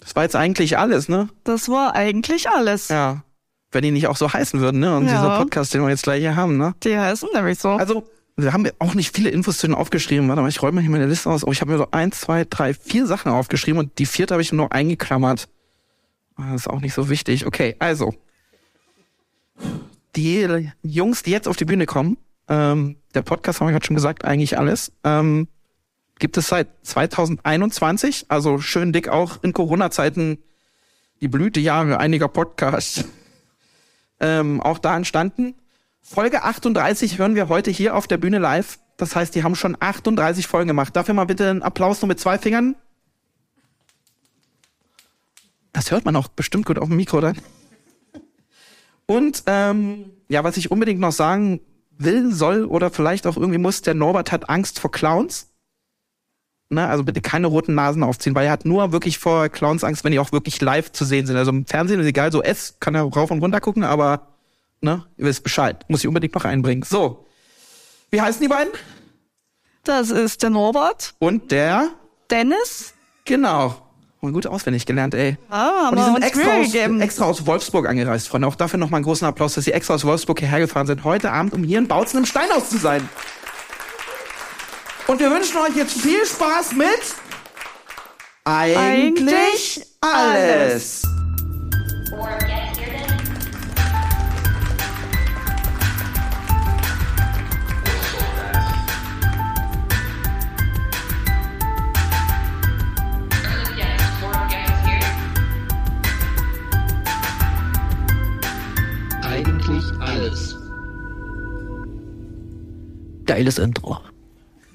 Das war jetzt eigentlich alles, ne? Das war eigentlich alles. Ja. Wenn die nicht auch so heißen würden, ne? Und Ja. dieser Podcast, den wir jetzt gleich hier haben, ne? Die heißen nämlich so. Also, wir haben auch nicht viele Infos zu denen aufgeschrieben. Warte mal, ich räume mal hier meine Liste aus. Oh, ich habe mir so eins, zwei, drei, vier Sachen aufgeschrieben und die vierte habe ich nur noch eingeklammert. Ah, Das ist auch nicht so wichtig. Okay, also. Die Jungs, die jetzt auf die Bühne kommen, ähm, der Podcast haben wir gerade schon gesagt, eigentlich alles, ähm, gibt es seit 2021, also schön dick auch in Corona-Zeiten, die Blütejahre einiger Podcasts, ähm, auch da entstanden. Folge 38 hören wir heute hier auf der Bühne live. Das heißt, die haben schon 38 Folgen gemacht. Dafür mal bitte einen Applaus nur mit zwei Fingern. Das hört man auch bestimmt gut auf dem Mikro dann. Und ähm, ja, was ich unbedingt noch sagen will, soll oder vielleicht auch irgendwie muss, der Norbert hat Angst vor Clowns. Ne, also bitte keine roten Nasen aufziehen, weil er hat nur wirklich vor Clowns Angst, wenn die auch wirklich live zu sehen sind. Also im Fernsehen ist egal, so S kann er rauf und runter gucken, aber ne, ihr wisst Bescheid. Muss ich unbedingt noch einbringen. So. Wie heißen die beiden? Das ist der Norbert, Und der? Dennis. Genau. Und gut auswendig gelernt, ey. Ah, Und die haben wir sind uns extra Mühe aus, gegeben. extra aus Wolfsburg angereist, Freunde. Auch dafür nochmal einen großen Applaus, dass sie extra aus Wolfsburg hierher gefahren sind. Heute Abend, um hier in Bautzen im Steinhaus zu sein. Und wir wünschen euch jetzt viel Spaß mit Eigentlich alles. Or get here then. Yes, or get here. eigentlich alles. Geiles Intro.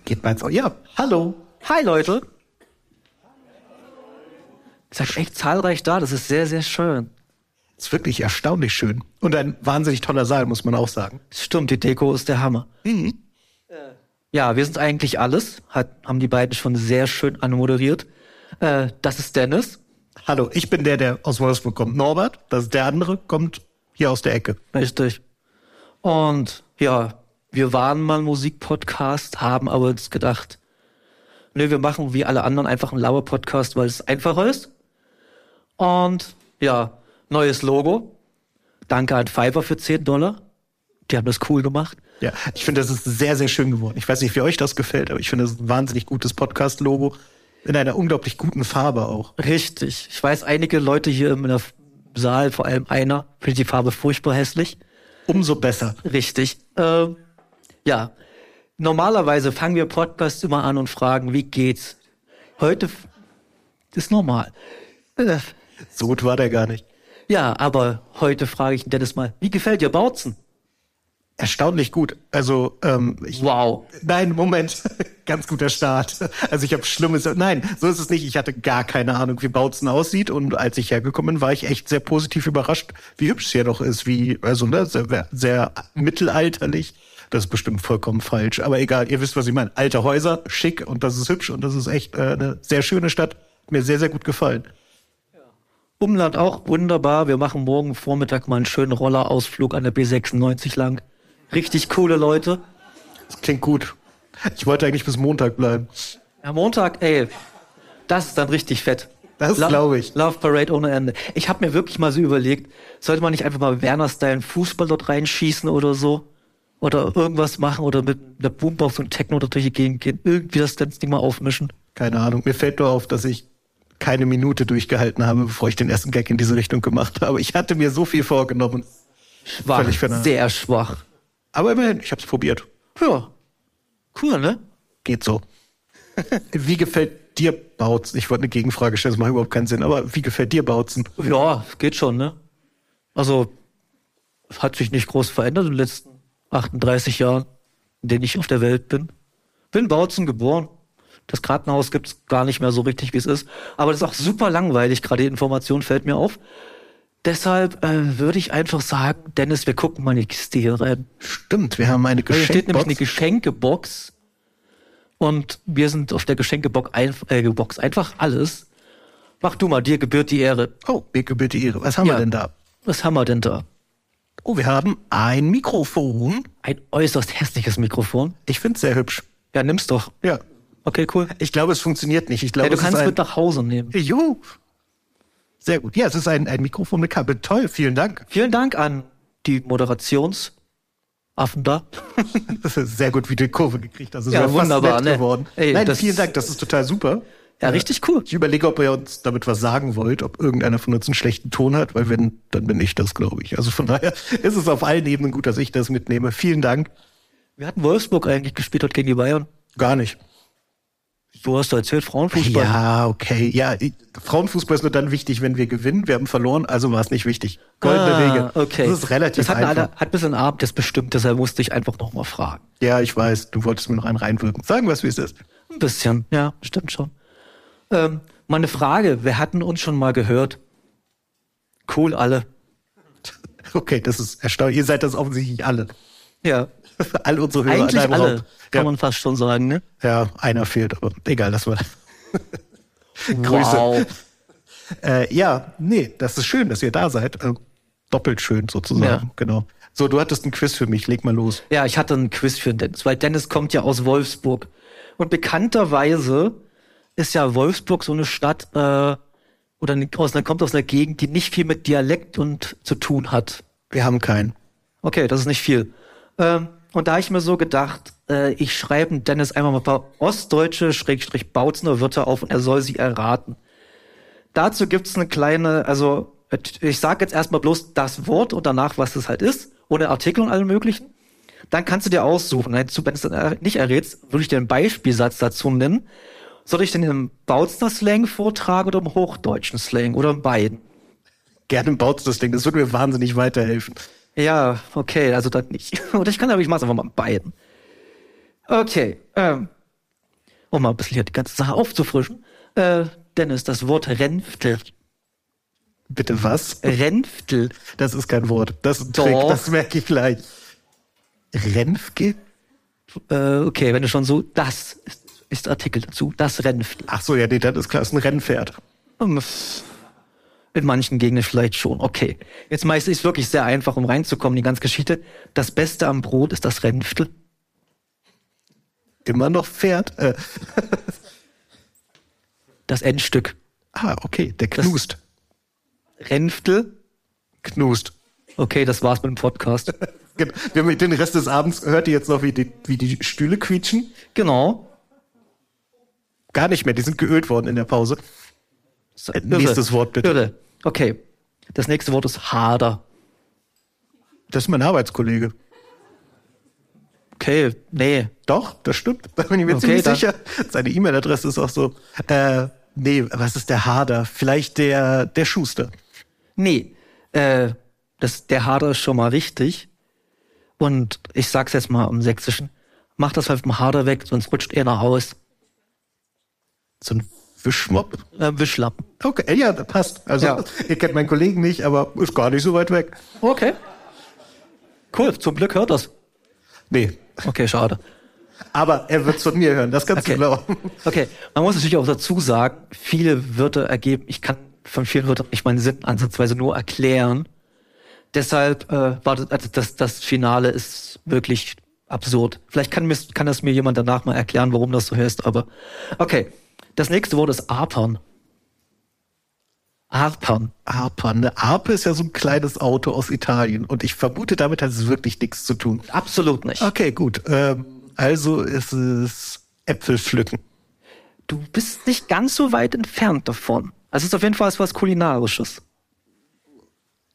Geht mal jetzt auch. Ja. Hallo. Hi, Leute. Ihr seid echt zahlreich da. Das ist sehr, sehr schön. Ist wirklich erstaunlich schön. Und ein wahnsinnig toller Saal, muss man auch sagen. Stimmt, die Deko ist der Hammer. Äh, Ja, wir sind eigentlich alles. Hat, haben die beiden schon sehr schön anmoderiert. Äh, das ist Dennis. Hallo, ich bin der, der aus Wolfsburg kommt. Norbert, das ist der andere, kommt hier aus der Ecke. Richtig. Und ja, wir waren mal ein Musikpodcast, haben aber uns gedacht, nö, wir machen wie alle anderen einfach einen Lauer-Podcast, weil es einfacher ist. Und ja, neues Logo. Danke an Fiverr für 10 Dollar. Die haben das cool gemacht. Ja, ich finde, das ist sehr, sehr schön geworden. Ich weiß nicht, wie euch das gefällt, aber ich finde, das ist ein wahnsinnig gutes Podcast-Logo. In einer unglaublich guten Farbe auch. Richtig. Ich weiß, einige Leute hier im im Saal, vor allem einer, findet die Farbe furchtbar hässlich. Umso besser. Richtig. Ähm, ja. Normalerweise fangen wir Podcasts immer an und fragen, wie geht's? Heute f- ist normal. Äh, So gut war der gar nicht. Ja, aber heute frage ich den Dennis mal, wie gefällt dir Bautzen? Erstaunlich gut. Also, ähm, ich Wow. Nein, Moment. Ganz guter Start. Also ich habe Schlimmes. Nein, so ist es nicht. Ich hatte gar keine Ahnung, wie Bautzen aussieht. Und als ich hergekommen bin, war ich echt sehr positiv überrascht, wie hübsch es hier doch ist. Wie, also, ne, sehr, sehr mittelalterlich. Das ist bestimmt vollkommen falsch. Aber egal, ihr wisst, was ich meine. Alte Häuser, schick und das ist hübsch und das ist echt äh, eine sehr schöne Stadt. Hat Mir sehr, sehr gut gefallen. Umland auch wunderbar. Wir machen morgen Vormittag mal einen schönen Rollerausflug an der B96 lang. Richtig coole Leute. Das klingt gut. Ich wollte eigentlich bis Montag bleiben. Am Montag, ey, das ist dann richtig fett. Das Lo- glaub ich. Love Parade ohne Ende. Ich habe mir wirklich mal so überlegt, sollte man nicht einfach mal Werner-Style einen Fußball dort reinschießen oder so? Oder irgendwas machen oder mit einer Boombox und Techno dort durch die Gegend gehen? Irgendwie das ganze Ding mal aufmischen. Keine Ahnung. Mir fällt nur auf, dass ich keine Minute durchgehalten habe, bevor ich den ersten Gag in diese Richtung gemacht habe. Ich hatte mir so viel vorgenommen. Schwach, Völlig verneint. sehr schwach. Aber immerhin, ich habe es probiert. Ja, cool, ne? Geht so. wie gefällt dir Bautzen? Ich wollte eine Gegenfrage stellen, das macht überhaupt keinen Sinn. Aber wie gefällt dir Bautzen? Ja, geht schon, ne? Also, hat sich nicht groß verändert in den letzten 38 Jahren, in denen ich auf der Welt bin. Bin in Bautzen geboren. Das Kartenhaus gibt's gar nicht mehr so richtig, wie es ist. Aber das ist auch super langweilig, gerade die Information fällt mir auf. Deshalb äh, würde ich einfach sagen, Dennis, wir gucken mal in die Kiste hier rein. Stimmt, wir haben eine Hier steht nämlich eine Geschenkbox. Geschenkebox. Und wir sind auf der Geschenkebox einf äh, Box. einfach alles. Mach du mal, dir gebührt die Ehre. Oh, Beke, bitte Ehre. Was haben Ja. wir denn da? Was haben wir denn da? Oh, wir haben ein Mikrofon. Ein äußerst hässliches Mikrofon. Ich finde es sehr hübsch. Ja, nimm's doch. Ja. Okay, cool. Ich glaube, es funktioniert nicht. Ich glaube, Ja, du es kannst ist ein... mit nach Hause nehmen. Jo, Sehr gut. Ja, es ist ein, ein Mikrofon mit Kabel. Toll, vielen Dank. Vielen Dank an die Moderationsaffen da. Das ist sehr gut, wie du die Kurve gekriegt hast. Das ist Ja, ja, fast wunderbar, nett ne? geworden. Ey, Nein, das- vielen Dank, das ist total super. Ja, richtig cool. Ich überlege, ob ihr uns damit was sagen wollt, ob irgendeiner von uns einen schlechten Ton hat, weil wenn, dann bin ich das, glaube ich. Also von daher ist es auf allen Ebenen gut, dass ich das mitnehme. Vielen Dank. Wir hatten Wolfsburg eigentlich gespielt heute gegen die Bayern. Gar nicht. Du hast da erzählt, Frauenfußball. Ja, okay. Ja, ich- Frauenfußball ist nur dann wichtig, wenn wir gewinnen. Wir haben verloren, also war es nicht wichtig. Goldene ah, Regel. Okay. Das ist relativ das hat, mir einfach. Alle, hat bis in Abend das bestimmt, deshalb musste ich einfach nochmal fragen. Ja, ich weiß, du wolltest mir noch einen reinwirken. Sagen wir es, wie es ist. Ein bisschen, ja, stimmt schon. Ähm, meine Frage, wir hatten uns schon mal gehört. Cool, alle. Okay, das ist erstaunlich. Ihr seid das offensichtlich alle. Ja, All unsere Hörer eigentlich in einem alle, Raum. kann Ja. man fast schon sagen, ne? ja, einer fehlt, aber egal, das war. Wow. Äh, ja, nee, das ist schön, dass ihr da seid. Also, doppelt schön sozusagen, Ja. genau. So, du hattest ein Quiz für mich, leg mal los. Ja, ich hatte einen Quiz für Dennis, weil Dennis kommt ja aus Wolfsburg. Und bekannterweise ist ja Wolfsburg so eine Stadt, äh, oder ne- aus, einer- kommt aus einer Gegend, die nicht viel mit Dialekt und zu tun hat. Wir haben keinen. Okay, das ist nicht viel. Ähm, und da hab ich mir so gedacht, äh, ich schreibe dem Dennis einmal mal ein paar ostdeutsche, schrägstrich Bautzner Wörter auf und er soll sie erraten. Dazu gibt's eine kleine, also äh, ich sage jetzt erstmal bloß das Wort und danach, was es halt ist, ohne Artikel und allem möglichen. Dann kannst du dir aussuchen. Wenn du es dann er- nicht errätst, würde ich dir einen Beispielsatz dazu nennen. Soll ich den im Bautzner Slang vortragen oder im hochdeutschen Slang oder in beiden? Gerne baut das Ding, das würde mir wahnsinnig weiterhelfen. Ja, okay, also dann nicht. Oder ich kann aber, ich mach's einfach mal mit beiden. Okay, ähm, um mal ein bisschen hier die ganze Sache aufzufrischen. Äh, Dennis, das Wort Renftel. Bitte was? Renftel. Das ist kein Wort. Das ist ein Trick, Doch. das merke ich gleich. Renfke? Äh, okay, wenn du schon so, das ist, ist Artikel dazu, das Renftel. Ach so, ja, nee, das ist klar, das ist ein Rennpferd. Ähm, pff, In manchen Gegenden vielleicht schon. Okay. Jetzt meist ist wirklich sehr einfach, um reinzukommen, die ganze Geschichte. Das Beste am Brot ist das Renftel. Immer noch Pferd. Äh, Das Endstück. ah, okay, der knust. Renftel. knust. Okay, das war's mit dem Podcast. Genau. Wir haben den Rest des Abends hört ihr jetzt noch, wie die, wie die Stühle quietschen? genau. Gar nicht mehr, die sind geölt worden in der Pause. So, Äh, nächstes Wort, bitte. Irre. Okay. Das nächste Wort ist Hader. Das ist mein Arbeitskollege. Okay, nee. Doch, das stimmt. Da bin ich mir Okay, ziemlich dann- sicher. Seine E-Mail-Adresse ist auch so. Äh, nee, was ist der Hader? Vielleicht der, der Schuster. Nee. Äh, das, der Hader ist schon mal richtig. Und ich sag's jetzt mal im Sächsischen. Mach das halt vom Hader weg, sonst rutscht er nach Haus. So ein Wischmopp. Äh, Wischlappen. Okay, äh, ja, passt. Also, Ja. ihr kennt meinen Kollegen nicht, aber ist gar nicht so weit weg. Okay. Cool, zum Glück hört das. Nee. Okay, schade. Aber er wird's von mir hören, das kannst Okay. du glauben. Okay, man muss natürlich auch dazu sagen, viele Wörter ergeben, ich kann von vielen Wörtern nicht meinen Sinn ansatzweise nur erklären. Deshalb äh, war das, also das, das Finale ist wirklich absurd. Vielleicht kann, mir's- kann das mir jemand danach mal erklären, warum das so heißt, aber okay. Das nächste Wort ist Apern. Arpern. Arpa. Eine Arpe ist ja so ein kleines Auto aus Italien. Und ich vermute, damit hat es wirklich nichts zu tun. Absolut nicht. Okay, gut. Ähm, also ist es Äpfel pflücken. Du bist nicht ganz so weit entfernt davon. Also es ist auf jeden Fall was kulinarisches.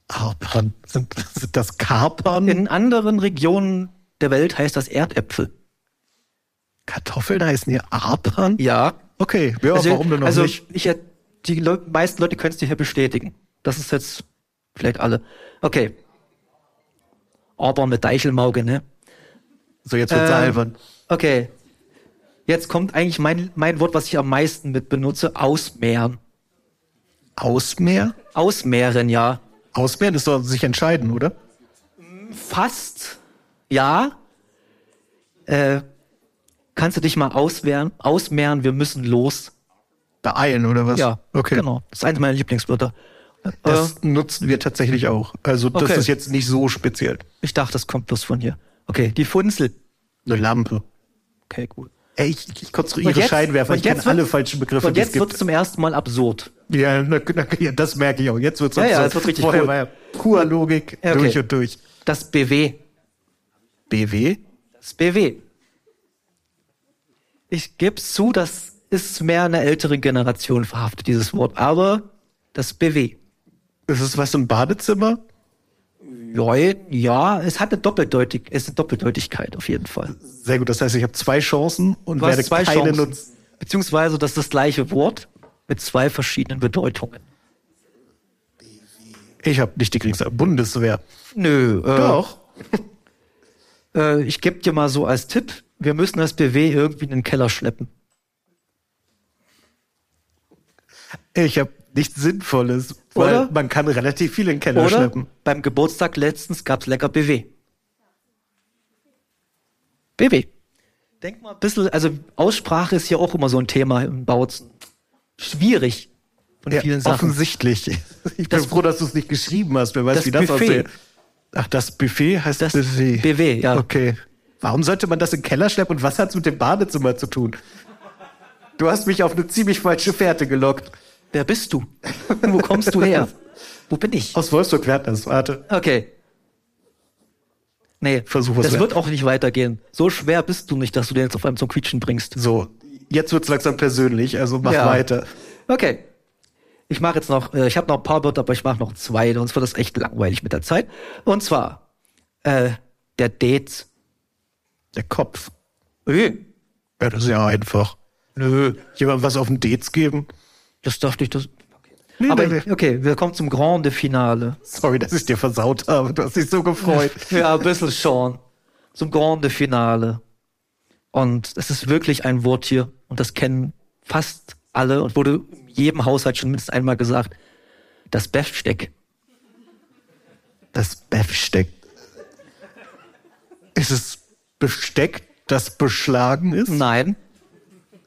Arpern. Sind, sind das Kapern? In anderen Regionen der Welt heißt das Erdäpfel. Kartoffeln heißen hier Arpern? Ja, Okay, ja, also, warum denn noch also nicht? Ich, die Leu meisten Leute können es dir hier bestätigen. Das ist jetzt vielleicht alle. Okay. Aber mit Deichelmauge, ne? So, jetzt wird's Ähm, albern. Okay. Jetzt kommt eigentlich mein, mein Wort, was ich am meisten mit benutze, ausmehren. Ausmeer? Ausmehren, ja. Ausmeeren ist doch sich entscheiden, oder? Fast, ja. Äh, kannst du dich mal auswehren? Ausmehren, wir müssen los. Beeilen, oder was? Ja, okay. genau. Das ist eines meiner Lieblingswörter. Äh, Das nutzen wir tatsächlich auch. Also, das Okay. ist jetzt nicht so speziell. Ich dachte, das kommt bloß von hier. Okay, die Funzel. Eine Lampe. Okay, cool. Ey, ich, ich konstruiere Und jetzt- Scheinwerfer. und Ich kenne jetzt wird- alle falschen Begriffe, Und die es jetzt wird Also gibt. es zum ersten Mal absurd. Ja, na, na, ja, das merke ich auch. Jetzt wird es Ja, ja, jetzt wird's richtig Vorher cool. war ja pur Logik Ja, okay. durch und durch. Das BW. BW? Das BW. Ich geb's zu, das ist mehr einer älteren Generation verhaftet, dieses Wort. Aber das BW. Ist es was im Badezimmer? Ja, ja, es hat eine, Doppeldeutig es ist eine Doppeldeutigkeit auf jeden Fall. Sehr gut. Das heißt, ich habe zwei Chancen und Du werde hast zwei keine Chancen. nutzen. Beziehungsweise das ist das gleiche Wort mit zwei verschiedenen Bedeutungen. Ich habe nicht die Kriegs Bundeswehr. Nö, äh, Doch. Äh, ich gebe dir mal so als Tipp, wir müssen das BW irgendwie in den Keller schleppen. Ich habe nichts Sinnvolles, weil Oder? man kann relativ viel in den Keller Oder schleppen. beim Geburtstag letztens gab's lecker BW. BW. Denk mal ein bisschen, also Aussprache ist ja auch immer so ein Thema im Bautzen. Schwierig von Ja, vielen Sachen. offensichtlich. Ich bin Das- froh, dass du es nicht geschrieben hast. Wer weiß, Das wie das Buffet. aussieht. Ach, das Buffet heißt Das Buffet. BW, ja. Okay. Warum sollte man das in den Keller schleppen und was hat's mit dem Badezimmer zu tun? Du hast mich auf eine ziemlich falsche Fährte gelockt. Wer bist du? Wo kommst du her? Wo bin ich? Aus Wolfsburg wird das. Warte. Okay. Nee, Versuch es das wert. wird auch nicht weitergehen. So schwer bist du nicht, dass du den jetzt auf einem zum Quietschen bringst. So, jetzt wird's langsam persönlich, also mach Ja. weiter. Okay. Ich mache jetzt noch, äh, ich habe noch ein paar Wörter, aber ich mache noch zwei, sonst wird das echt langweilig mit der Zeit. Und zwar äh, der Date. Der Kopf. Äh, Ja, das ist ja einfach. Nö. Jemand was auf den Dates geben? Das dachte ich, das. Nee, aber Äh, nee, ich, okay, wir kommen zum Grande Finale. Sorry, dass ich dir versaut habe. Du hast dich so gefreut. Ja, ein bisschen schon. Zum Grande Finale. Und es ist wirklich ein Wort hier. Und das kennen fast alle und wurde in jedem Haushalt schon mindestens einmal gesagt. Das Befsteck. Das Befsteck. Ist es Besteck, das beschlagen ist? Nein.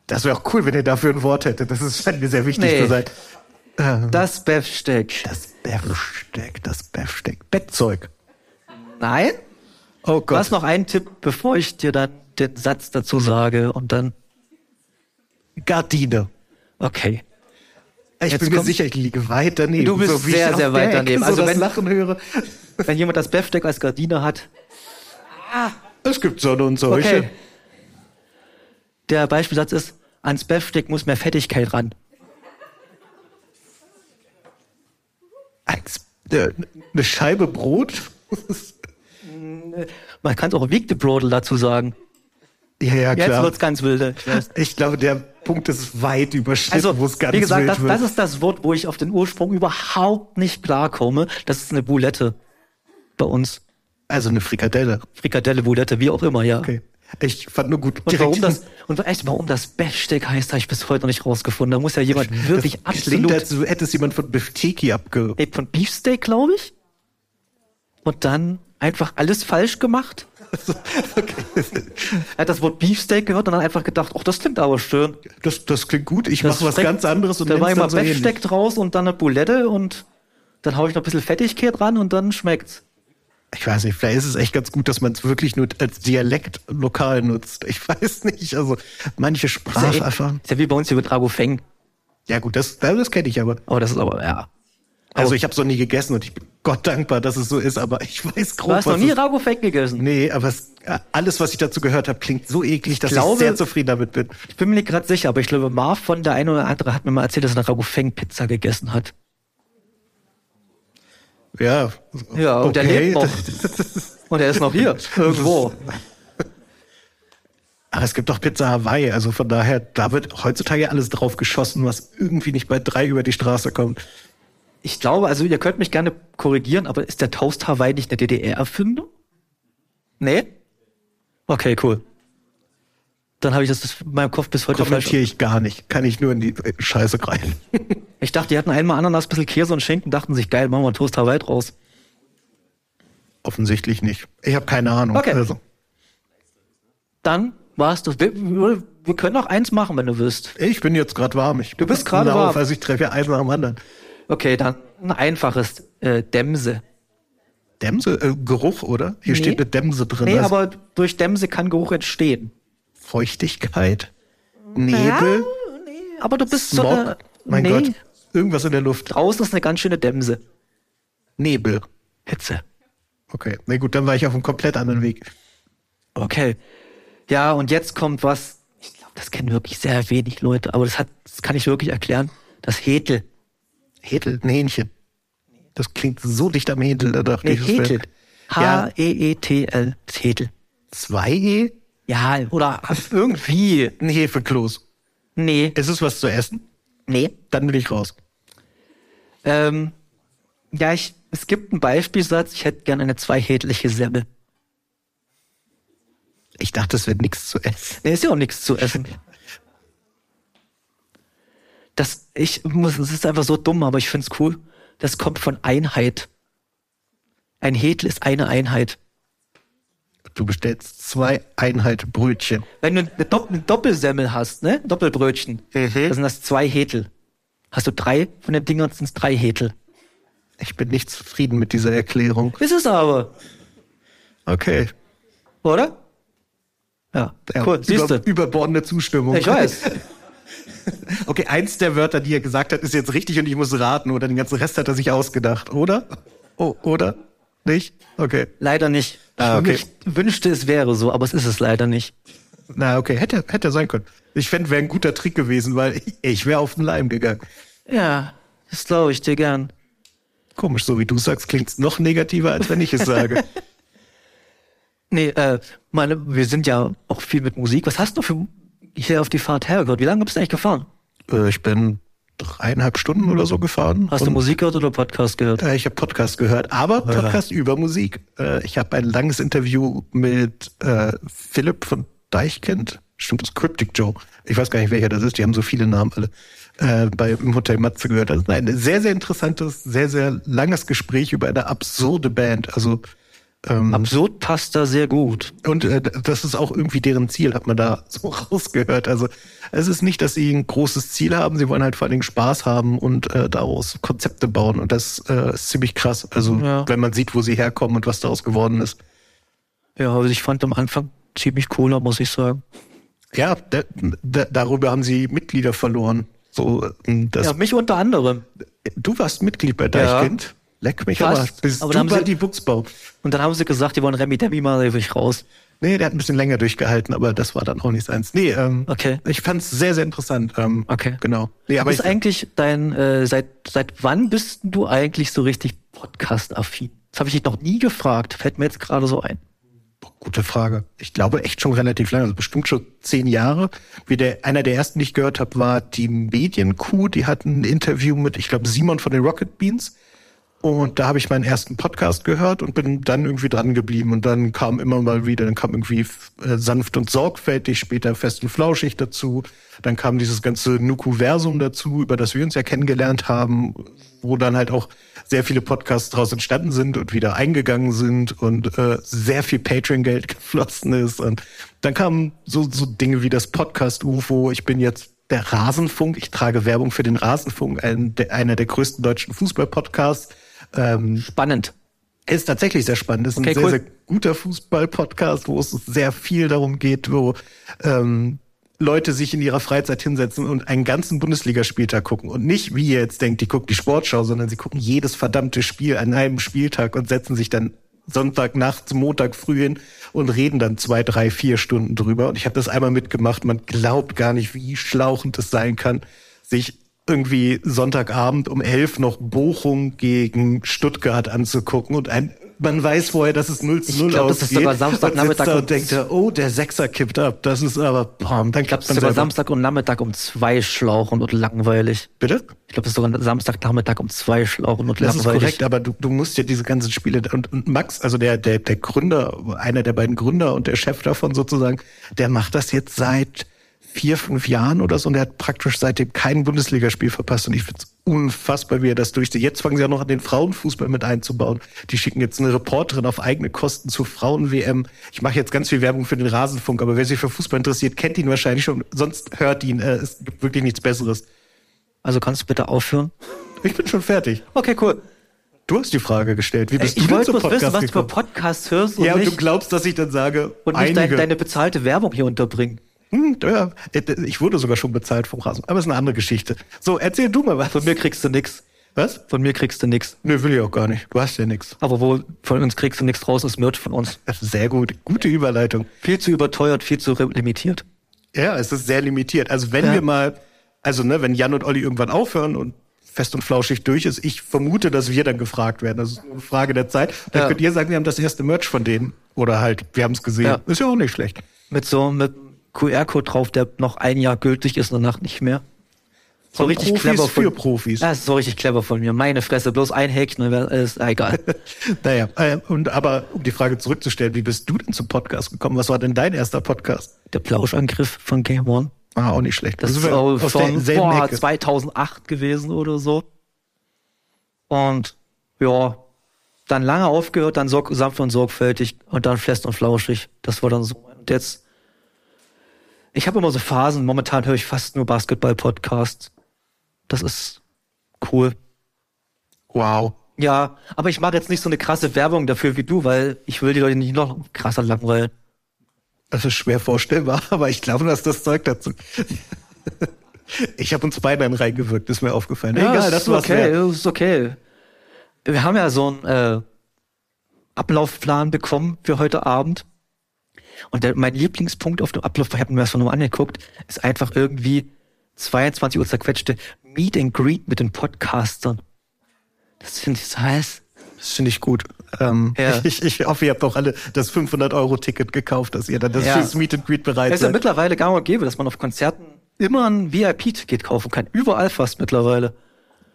Das wäre auch cool, wenn ihr dafür ein Wort hättet. Das ist, scheint mir sehr wichtig Nee. zu sein. Mhm. Das Befsteck. Das Befsteck, das Befsteck. Bettzeug. Nein? Oh Du Gott. hast noch einen Tipp, bevor ich dir dann den Satz dazu sage und dann. Gardine. Okay. Ich Jetzt bin mir kommt- sicher, ich liege weit daneben. Du bist wie ich sehr, auf sehr der weit Ecke daneben. So Also das wenn- Lachen höre. Wenn jemand das Befsteck als Gardine hat, Es gibt Sonne und solche. okay. Der Beispielsatz ist, ans Befsteck muss mehr Fettigkeit ran. Eins- äh, Eine Scheibe Brot? Man kann auch Wiegde Brodel dazu sagen. Ja, ja, Jetzt klar. wird's ganz wilde. Ich weiß. Ich glaube, der Punkt ist weit überschritten, Also, wo es ganz wie gesagt, wild das, wird. das ist das Wort, wo ich auf den Ursprung überhaupt nicht klarkomme. Das ist eine Boulette. Bei uns. also eine Frikadelle. Frikadelle, Boulette, wie auch immer, ja. Okay. Ich fand nur gut. Und direkt- warum das, und echt, warum das Besteck heißt, habe ich bis heute noch nicht rausgefunden. Da muss ja jemand wirklich das klingt, absolut. als du hättest jemand von Bifteki abge... Nee, von Beefsteak, glaube ich. Und dann einfach alles falsch gemacht. Also, Er hat das Wort Beefsteak gehört und dann einfach gedacht, ach, das klingt aber schön. Das, das klingt gut. Ich Das mache was schmeckt- ganz anderes und Da war nenn's immer dann so ähnlich. Besteck draus und dann eine Boulette und dann haue ich noch ein bisschen Fettigkeit ran und dann schmeckt's. Ich weiß nicht, vielleicht ist es echt ganz gut, dass man es wirklich nur als Dialekt lokal nutzt. Ich weiß nicht. Also manche Ist ja, Sprachaffahren. eh- ist ja wie bei uns hier mit Rago Feng. Ja gut, das, das kenne ich aber. Aber das ist aber, ja. Also ich habe es noch nie gegessen und ich bin Gott dankbar, dass es so ist, aber ich weiß grob, Du hast noch was nie es- Rago Feng gegessen. Nee, aber es, äh, alles, was ich dazu gehört habe, klingt so eklig, dass ich, glaube- sehr zufrieden damit bin. Ich bin mir nicht gerade sicher, aber ich glaube, Marv von der eine oder andere hat mir mal erzählt, dass er eine Ragufeng-Pizza gegessen hat. Ja. Ja, und der lebt noch. Und er ist noch hier, irgendwo. Aber es gibt doch Pizza Hawaii, also von daher, da wird heutzutage alles drauf geschossen, was irgendwie nicht bei drei über die Straße kommt. Ich glaube, also ihr könnt mich gerne korrigieren, aber ist der Toast Hawaii nicht eine DDR-Erfindung? Nee? Okay, cool. Dann habe ich das bis- in meinem Kopf bis heute falsch. Kommentiere ich gar nicht, kann ich nur in die äh, Scheiße greifen. Ich dachte, die hatten einmal Ananas, bisschen Käse und Schinken, dachten sich, geil, machen wir einen Toast Hawaii draus. Offensichtlich nicht. Ich habe keine Ahnung. Okay. Also, Dann war es das. Wir, wir wir können noch eins machen, wenn du willst. ich bin jetzt gerade warm. Ich Du bist gerade lauf, warm. Also ich treffe ja eins nach dem anderen. Okay, dann ein einfaches äh, Dämse. Dämse, äh, Geruch, oder? Hier Nee. steht eine Dämse drin. Nee, also, aber durch Dämse kann Geruch entstehen. Feuchtigkeit, Nebel, Aber du bist Smog. so eine, mein nee, Gott, irgendwas in der Luft. draußen ist eine ganz schöne Dämse. Nebel. Hitze. Okay, na gut, dann war ich auf einem komplett anderen Weg. Okay. Ja, und jetzt kommt was. Ich glaube, das kennen wirklich sehr wenig Leute, aber das hat, das kann ich wirklich erklären. Das Hetel. Hedel, ein Hähnchen. Das klingt so dicht am Hedel, da dachte Nee, ich. das wär- Hetel. Ja. E H-E-E-T-L. Das Hetel. Zwei E? Ja, oder irgendwie. Ein Hefekloß. Nee. Ist es was zu essen? Nee. Dann will ich raus. Ähm, ja, ich, es gibt einen Beispielsatz. Ich hätte gern eine zweihätliche Semmel. Ich dachte, es wird nichts zu essen. Nee, ist ja auch nichts zu essen. Das, ich muss, es ist einfach so dumm, aber ich find's cool. Das kommt von Einheit. Ein Hetel ist eine Einheit. Du bestellst zwei Einheit Brötchen. Wenn du eine, Dopp eine Doppelsemmel hast, ne? Doppelbrötchen, Mhm. da sind das zwei Hetel. Hast du drei von den Dingern sind's drei Hetel. Ich bin nicht zufrieden mit dieser Erklärung. Ist es aber, Okay. oder? Ja, cool. Siehst du? über, überbordene Zustimmung. Ich weiß. Okay, eins der Wörter, die er gesagt hat, ist jetzt richtig und ich muss raten. Oder den ganzen Rest hat er sich ausgedacht, oder? Oh, oder? Nicht? Okay. Leider nicht. Ah, okay. Ich wünschte, es wäre so, aber es ist es leider nicht. Na, okay, hätte, hätte sein können. Ich fände, wäre ein guter Trick gewesen, weil ich, ich wäre auf den Leim gegangen. Ja, das glaube ich dir gern. Komisch, so wie du sagst, klingt's noch negativer, als wenn ich es sage. Nee, äh, meine, wir sind ja auch viel mit Musik. Was hast du für hier auf die Fahrt hergehört? Wie lange bist du eigentlich gefahren? Äh, ich bin dreieinhalb Stunden oder so gefahren. Hast du und, Musik gehört oder Podcast gehört? Äh, ich habe Podcast gehört, aber Podcast über Musik. Äh, ich habe ein langes Interview mit äh, Philipp von Deichkind. Stimmt, das ist Cryptic Joe. Ich weiß gar nicht, welcher das ist. Die haben so viele Namen alle. Äh, bei im Hotel Matze gehört. Das ist ein sehr, sehr interessantes, sehr, sehr langes Gespräch über eine absurde Band. Also Absurd passt da sehr gut. Und äh, das ist auch irgendwie deren Ziel, hat man da so rausgehört. Also es ist nicht, dass sie ein großes Ziel haben, sie wollen halt vor allen Dingen Spaß haben und äh, daraus Konzepte bauen. Und das äh, ist ziemlich krass. Also Ja. wenn man sieht, wo sie herkommen und was daraus geworden ist. Ja, also ich fand am Anfang ziemlich cooler, muss ich sagen. Ja, da, da, darüber haben sie Mitglieder verloren. So, äh, das, Ja, mich unter anderem. Du warst Mitglied bei Deichkind. Leck mich Fast. aber. Bist Aber du da haben bei sie- die Buchsbau. Und dann haben sie gesagt, die wollen Remy Demi mal ewig raus. Nee, der hat ein bisschen länger durchgehalten, aber das war dann auch nicht seins. Nee, ähm, Okay. ich fand's sehr, sehr interessant. Ähm, Okay. Genau. Nee, aber ist ich, eigentlich dein, äh, seit, seit wann bist du eigentlich so richtig Podcast-affin? Das habe ich dich noch nie gefragt. Fällt mir jetzt gerade so ein. Gute Frage. Ich glaube echt schon relativ lange, also bestimmt schon zehn Jahre. Wie der, einer der ersten, die ich gehört habe, war die Medienkuh. Die hatten ein Interview mit, ich glaube, Simon von den Rocket Beans. Und da habe ich meinen ersten Podcast gehört und bin dann irgendwie dran geblieben. Und dann kam immer mal wieder, dann kam irgendwie äh, sanft und sorgfältig, später fest und flauschig dazu. Dann kam dieses ganze Nukuversum dazu, über das wir uns ja kennengelernt haben, wo dann halt auch sehr viele Podcasts draus entstanden sind und wieder eingegangen sind und äh, sehr viel Patreon-Geld geflossen ist. Und dann kamen so, so Dinge wie das Podcast-UFO. Ich bin jetzt der Rasenfunk. Ich trage Werbung für den Rasenfunk, ein, der, einer der größten deutschen Fußball-Podcasts. Ähm, Spannend. ist tatsächlich sehr spannend. Ist Okay, ein sehr, cool. sehr guter Fußball-Podcast, wo es sehr viel darum geht, wo ähm, Leute sich in ihrer Freizeit hinsetzen und einen ganzen Bundesligaspieltag gucken. Und nicht, wie ihr jetzt denkt, die gucken die Sportschau, sondern sie gucken jedes verdammte Spiel an einem Spieltag und setzen sich dann Sonntag nachts, Montag früh hin und reden dann zwei, drei, vier Stunden drüber. Und ich habe das einmal mitgemacht. Man glaubt gar nicht, wie schlauchend es sein kann, sich irgendwie Sonntagabend um elf noch Bochum gegen Stuttgart anzugucken und ein, man weiß vorher, dass es 0 zu Ich 0 glaub, das ausgeht. ist sogar Samstagnachmittag und, sitzt da um- und denkt, ja, oh, der Sechser kippt ab. Das ist aber, bam, dann klappt Das man ist sogar selber. Samstag und Nachmittag um zwei schlauchen und langweilig. Bitte? Ich glaube, das ist sogar Samstagnachmittag um zwei schlauchen und Das ist langweilig. korrekt, aber du, du musst ja diese ganzen Spiele und, und Max, also der, der, der Gründer, einer der beiden Gründer und der Chef davon sozusagen, der macht das jetzt seit vier, fünf Jahren oder so und der hat praktisch seitdem kein Bundesligaspiel verpasst und ich find's unfassbar, wie er das durchzieht. Jetzt fangen sie ja noch an, den Frauenfußball mit einzubauen. Die schicken jetzt eine Reporterin auf eigene Kosten zur Frauen-WM. Ich mache jetzt ganz viel Werbung für den Rasenfunk, aber wer sich für Fußball interessiert, kennt ihn wahrscheinlich schon, sonst hört ihn. Äh, Es gibt wirklich nichts Besseres. Also kannst du bitte aufhören? Ich bin schon fertig. Okay, cool. Du hast die Frage gestellt. Wie bist ich du denn wollte zum bloß Podcast wissen, was du für gekommen? Podcasts hörst und ja, und nicht, du glaubst, dass ich dann sage, und nicht einige. dein, deine bezahlte Werbung hier unterbringen. Hm, ja, ich wurde sogar schon bezahlt vom Rasen. Aber ist eine andere Geschichte. So, erzähl du mal was. Von mir kriegst du nix. Was? Von mir kriegst du nix. Nö, will ich auch gar nicht. Du hast ja nichts. Aber wo von uns kriegst du nichts raus, ist Merch von uns. Sehr gut. Gute Überleitung. Viel zu überteuert, viel zu re- limitiert. Ja, es ist sehr limitiert. Also wenn Ja. wir mal, also ne, wenn Jan und Olli irgendwann aufhören und fest und flauschig durch ist, ich vermute, dass wir dann gefragt werden. Das ist nur eine Frage der Zeit. Dann Ja. könnt ihr sagen, wir haben das erste Merch von denen. Oder halt, wir haben es gesehen. Ja. Ist ja auch nicht schlecht. Mit so mit QR-Code drauf, der noch ein Jahr gültig ist, danach nicht mehr. So richtig Profis clever von, für Profis. Das ist so richtig clever von mir. Meine Fresse, bloß ein Häkchen, dann wär- ist ah, egal. Naja, äh, und aber um die Frage zurückzustellen, wie bist du denn zum Podcast gekommen? Was war denn dein erster Podcast? Der Plauschangriff von Game One. Ah, auch nicht schlecht. Das Da ist sind wir so aus von derselben boah, Ecke. 2008 gewesen oder so. Und ja, dann lange aufgehört, dann sorg sanft und sorgfältig und dann fest und flauschig. Das war dann so. Und jetzt, ich habe immer so Phasen. Momentan höre ich fast nur Basketball-Podcasts. Das ist cool. Wow. Ja, aber ich mache jetzt nicht so eine krasse Werbung dafür wie du, weil ich will die Leute nicht noch krasser langweilen. Das ist schwer vorstellbar, aber ich glaube, dass das Zeug dazu. Ich habe uns beide einen reingewirkt, ist mir aufgefallen. Egal, das ist war's okay, wert. ist okay. Wir haben ja so einen äh, Ablaufplan bekommen für heute Abend. Und der, mein Lieblingspunkt auf dem Ablauf, ich habe mir das von nochmal angeguckt, ist einfach irgendwie 22 Uhr zerquetschte Meet and Greet mit den Podcastern. Das finde ich so heiß. Das finde ich gut. Ähm, Ja. ich, ich hoffe, ihr habt auch alle das 500-Euro-Ticket gekauft, dass ihr dann das Ja. fürs Meet and Greet bereit Es ist ja seid. mittlerweile gang und gäbe, dass man auf Konzerten immer ein VIP-Ticket kaufen kann. Überall fast mittlerweile.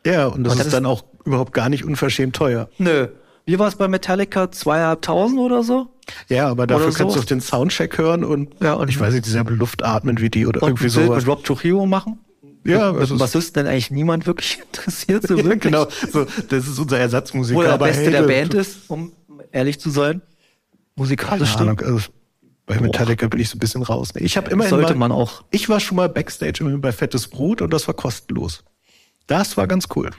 Ja, und das Und ist das ist- dann auch überhaupt gar nicht unverschämt teuer. Nö. Wie war es bei Metallica? Zweieinhalbtausend oder so? Ja, aber dafür Oder so. kannst du auch den Soundcheck hören und, ja, und ich weiß nicht, dieselbe Luft atmen wie die oder Und irgendwie ein Bild sowas. mit Rob Trujillo machen? Ja, Mit dem also es- Bassisten denn eigentlich niemand wirklich interessiert, so ja, wirklich. genau. So, das ist unser Ersatzmusiker. Wo er der aber Beste hey, der du- Band ist, um ehrlich zu sein. Musikalisch. Keine Ahnung, also bei Metallica bin ich so ein bisschen raus. ne? Ich habe immerhin Sollte mal, man auch. Ich war schon mal Backstage immerhin bei Fettes Brot und das war kostenlos. Das war ganz cool.